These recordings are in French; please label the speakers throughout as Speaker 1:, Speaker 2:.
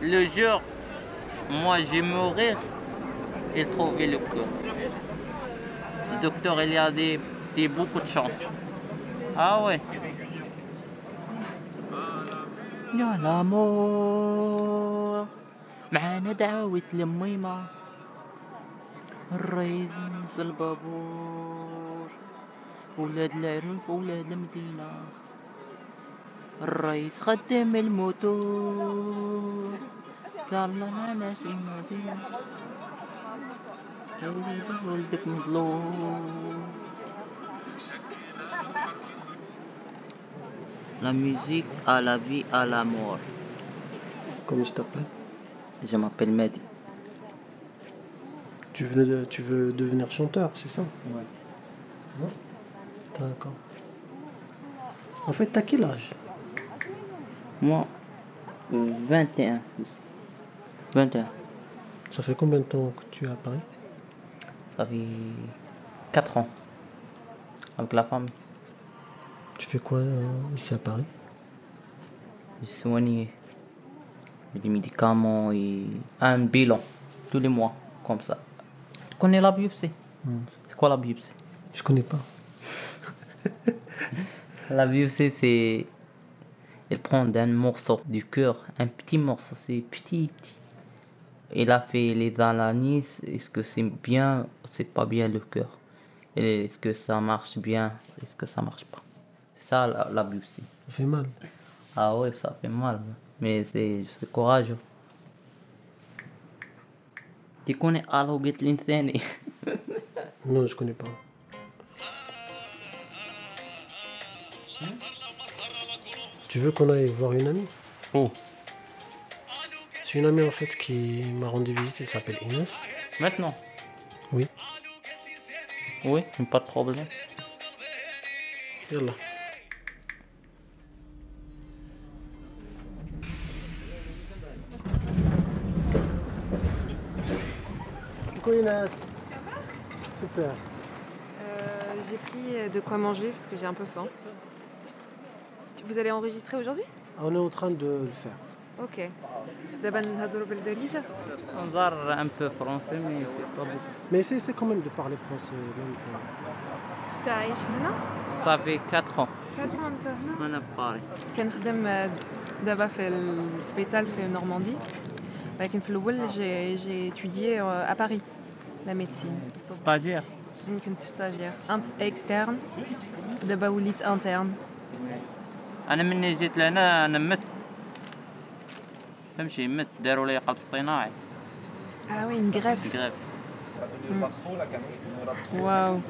Speaker 1: le jour, moi, je vais mourir, il trouvait le corps. Le docteur, il a dit, t'as beaucoup de chance. Ah ouais. يا الأمور معانا دعوة لميمة الريض نزل البابور ولاد العنف ولاد المدينة الرئيس خدام الموتور قال لها ناس المزيد ولد ولدك مظلوم La musique à la vie, à la mort.
Speaker 2: Comment tu t'appelles
Speaker 1: Je m'appelle Mehdi.
Speaker 2: tu veux, de- tu veux devenir chanteur, c'est ça
Speaker 1: Ouais.
Speaker 2: D'accord. En fait, t'as quel âge
Speaker 1: Moi, 21. 21.
Speaker 2: Ça fait combien de temps que tu es à Paris
Speaker 1: Ça fait 4 ans. Avec la famille.
Speaker 2: Tu fais quoi euh, ici à Paris
Speaker 1: Je suis soigné. Des médicaments et un bilan. ah, Tous les mois, comme ça. Tu connais la biopsie C'est quoi la biopsie
Speaker 2: Je connais pas.
Speaker 1: La biopsie, c'est. Elle prend d'un morceau du cœur, un petit morceau, c'est petit, petit. Elle a fait les analyses, est-ce que c'est bien ou c'est pas bien le cœur Et Est-ce que ça marche bien Est-ce que ça marche pas C'est ça la, la biopsie.
Speaker 2: Ça fait mal.
Speaker 1: Ah ouais, ça fait mal, mais c'est c'est courageux. Tu connais Allo Get Linsani
Speaker 2: Non, je connais pas. Tu veux qu'on aille voir une amie
Speaker 1: Oh,
Speaker 2: C'est une amie en fait qui m'a rendu visite, elle s'appelle Inès.
Speaker 1: maintenant
Speaker 2: Oui.
Speaker 1: Oui, pas de problème.
Speaker 2: Yallah. Coucou Inès. Super.
Speaker 3: Euh, j'ai pris euh, de quoi manger parce que j'ai un peu faim. Vous allez enregistrer aujourd'hui
Speaker 2: On est en train de le faire.
Speaker 3: Ok. دابا نهضروا بالدارجه
Speaker 1: On parle un peu français, mais c'est pas beaucoup.
Speaker 2: Mais essayez essayez quand même de parler français. même euh, quand-
Speaker 3: انت عايش هنا
Speaker 1: Ça fait 4 ans.
Speaker 3: كتكون انت هنا
Speaker 1: On a parlé.
Speaker 3: كنخدم آه، دابا في السبيطال في نورماندي ولكن في الاول جي جي étudié euh, ا باريس لا ميديسين
Speaker 1: C'est-à-dire
Speaker 3: كنت ستاجير اكسترن دابا وليت انترن
Speaker 1: انا مني جيت لهنا انا مت فهمتي مت داروا لي قلب اصطناعي
Speaker 3: اه وي نغرف
Speaker 1: غريب
Speaker 3: واو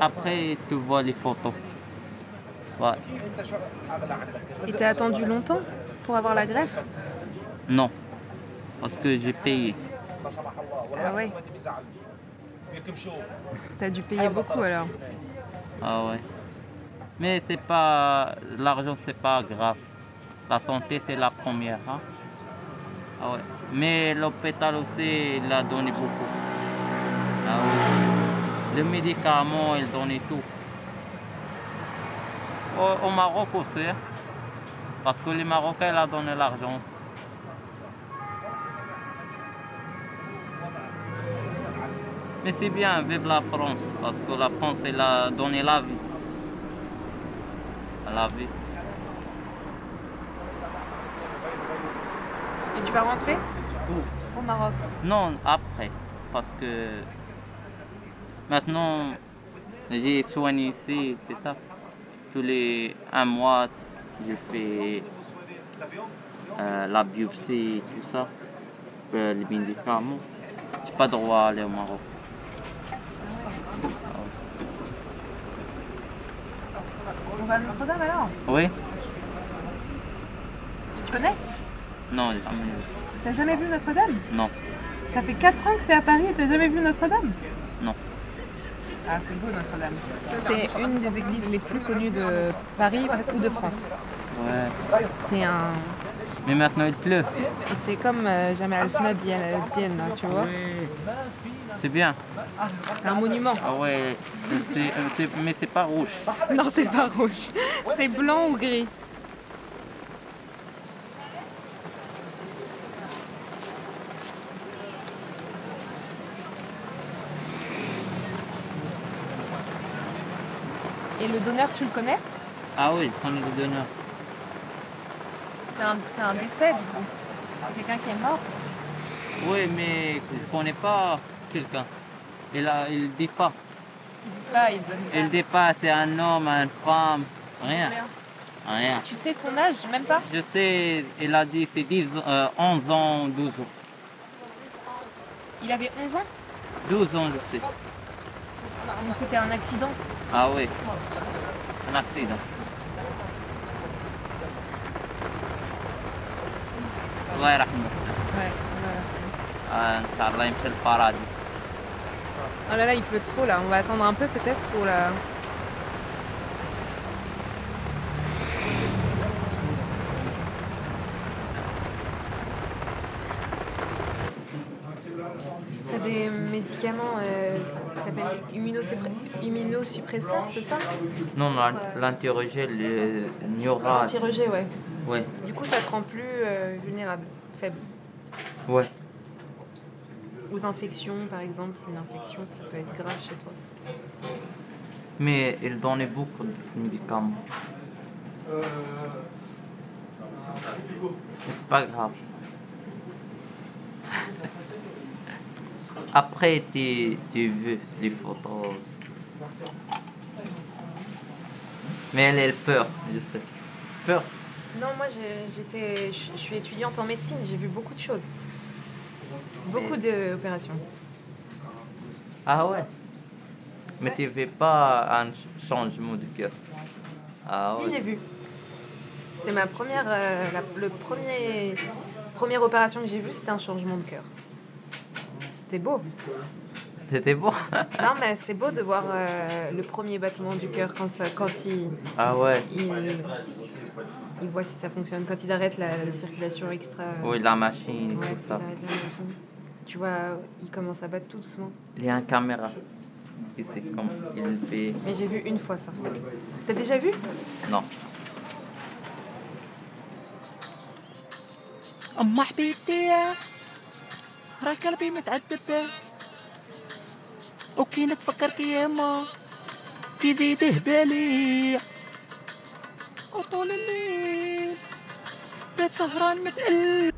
Speaker 1: ابخي تو فوا لي فوتو Ouais.
Speaker 3: Et t'as attendu longtemps pour avoir la greffe
Speaker 1: Non. Parce que j'ai payé.
Speaker 3: Ah ouais. T'as dû payer beaucoup alors.
Speaker 1: Ah ouais. Mais c'est pas. L'argent, c'est pas grave. La santé, c'est la première. hein. Ah ouais. Mais l'hôpital aussi, il a donné beaucoup. Ah ouais. Le médicament, il donnait tout. Au, au Maroc aussi. hein. Parce que les Marocains, il a donné l'argent. aussi. Mais c'est bien, vive la France, parce que la France, elle a donné la vie. La vie.
Speaker 3: Et tu vas rentrer Au Maroc.
Speaker 1: Non, après, parce que maintenant, j'ai soigné ici, c'est ça. Tous les un mois, je fais euh, la biopsie, tout ça, euh, les médicaments. J'ai pas droit à aller au Maroc.
Speaker 3: On va à Notre-Dame alors
Speaker 1: Oui
Speaker 3: Tu connais
Speaker 1: Non, jamais.
Speaker 3: T'as jamais vu Notre-Dame
Speaker 1: Non,
Speaker 3: Ça fait 4 ans que t'es à Paris et t'as jamais vu Notre-Dame
Speaker 1: non.
Speaker 3: Ah, c'est beau Notre-Dame. C'est une des églises les plus connues de Paris ou de France.
Speaker 1: Ouais.
Speaker 3: C'est un.
Speaker 1: Mais maintenant, il pleut.
Speaker 3: C'est comme euh, jamais Alfna d'Iel- d'Iel, là, tu vois.
Speaker 1: C'est bien.
Speaker 3: C'est un monument.
Speaker 1: Ah ouais, c'est- c'est- mais c'est pas rouge.
Speaker 3: Non, c'est pas rouge. C'est blanc ou gris. Et le donneur, tu le connais
Speaker 1: Ah oui, on est le donneur.
Speaker 3: C'est un, c'est un décès, du coup. C'est quelqu'un qui est mort.
Speaker 1: Oui, mais je connais pas quelqu'un. Il a, il dit pas.
Speaker 3: Ils disent pas, ils donnent pas.
Speaker 1: Il dit pas, c'est un homme, une femme, rien,
Speaker 3: Rien.
Speaker 1: rien.
Speaker 3: Tu sais son âge, même pas
Speaker 1: Je sais, il a dit c'est 10, euh, 11 ans, 12 ans.
Speaker 3: Il avait 11 ans
Speaker 1: 12 ans, je sais.
Speaker 3: Donc c'était un accident.
Speaker 1: Ah oui, c'est un accident. الله يرحمه
Speaker 3: Ouais.
Speaker 1: آه، ان شاء الله يمشي للباراديس
Speaker 3: Oh là là, il pleut trop là. On va attendre un peu peut-être pour la... T'as des médicaments euh, qui s'appellent immunosuppre- immunosuppresseurs, c'est ça
Speaker 1: Non, l'antirogel, le Niora.
Speaker 3: Anti-rejet, ouais.
Speaker 1: Oui,
Speaker 3: Du coup, ça te rend plus euh, vulnérable, faible.
Speaker 1: ouais.
Speaker 3: Aux infections, par exemple. Une infection, ça peut être grave chez toi.
Speaker 1: Mais il donnait beaucoup de médicaments. Mais C'est pas grave. Après, tu tu vu les photos. Mais elle elle a peur, je sais. Peur
Speaker 3: Non, moi j'ai- j'étais, je je suis étudiante en médecine, j'ai vu beaucoup de choses. Beaucoup d'opérations.
Speaker 1: Ah ouais Mais tu veux pas un ch- changement de cœur Ah
Speaker 3: Si, j'ai vu. C'était ma première, euh, la- le premier, première opération que j'ai vue, c'était un changement de cœur. C'était beau.
Speaker 1: C'était bon
Speaker 3: Non, mais c'est beau de voir euh, le premier battement du cœur quand, ça- quand il,
Speaker 1: Ah ouais
Speaker 3: il, il voit si ça fonctionne, quand il arrête la, la circulation extra.
Speaker 1: Oui, la machine,
Speaker 3: Ouais,
Speaker 1: tout
Speaker 3: quand
Speaker 1: ça.
Speaker 3: il arrête la machine. Tu vois, il commence à battre tout doucement.
Speaker 1: Il y a une caméra. Et c'est comme il fait.
Speaker 3: Mais j'ai vu une fois ça. T'as déjà vu
Speaker 1: Non.
Speaker 4: أما حبيبتي راه قلبي متعذب وكي نتفكر كي يما كيزيد هبالي وطول الليل بيت سهران متقلب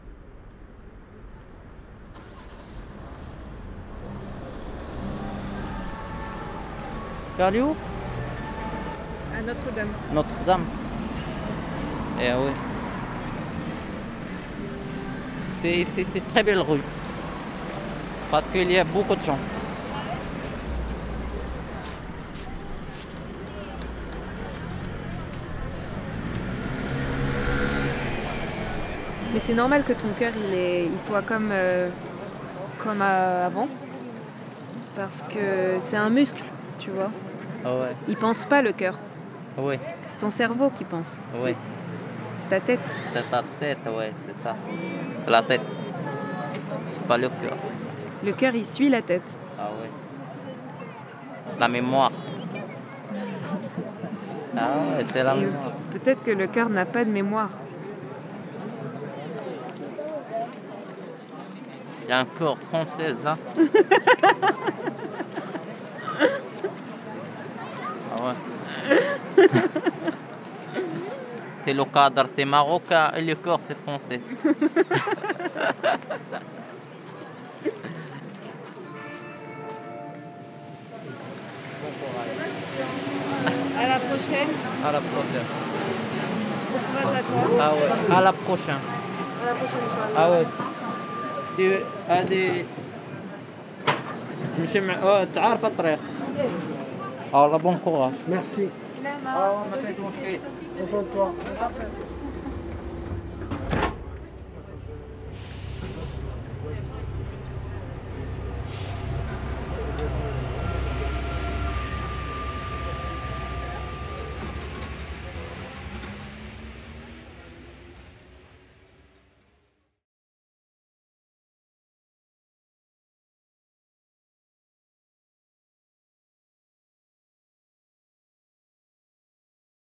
Speaker 1: Regardez où
Speaker 3: À Notre-Dame.
Speaker 1: Notre-Dame. Eh oui. C'est- C'est c'est très belle rue. Parce qu'il y a beaucoup de gens.
Speaker 3: Mais c'est normal que ton cœur il, est, il soit comme, euh, comme euh, avant. Parce que c'est un muscle, tu vois.
Speaker 1: Ah ouais. ah
Speaker 3: Il pense pas le cœur.
Speaker 1: Oui,
Speaker 3: C'est ton cerveau qui pense.
Speaker 1: oui.
Speaker 3: C'est- C'est ta tête.
Speaker 1: ah C'est ta tête, ouais, c'est ça. La tête. Pas le cœur.
Speaker 3: Le cœur il suit la tête.
Speaker 1: Ah ouais. La mémoire. Ah ouais, c'est la
Speaker 3: Et
Speaker 1: mémoire.
Speaker 3: peut-être que le cœur n'a pas de mémoire.
Speaker 1: Il y a un corps français, hein Ah ouais. c'est le cadre, c'est marocain et le corps, c'est français.
Speaker 3: À la prochaine.
Speaker 1: À la prochaine.
Speaker 3: Bon courage à toi.
Speaker 1: Ah ouais, à la prochaine.
Speaker 3: À la prochaine soirée.
Speaker 1: Ah ouais. Tu as des... مش مع... اه تعرف الطريق والله بون كوراج
Speaker 2: Merci.
Speaker 1: اه ما كاينش مشكل
Speaker 2: Bonsoir de toi.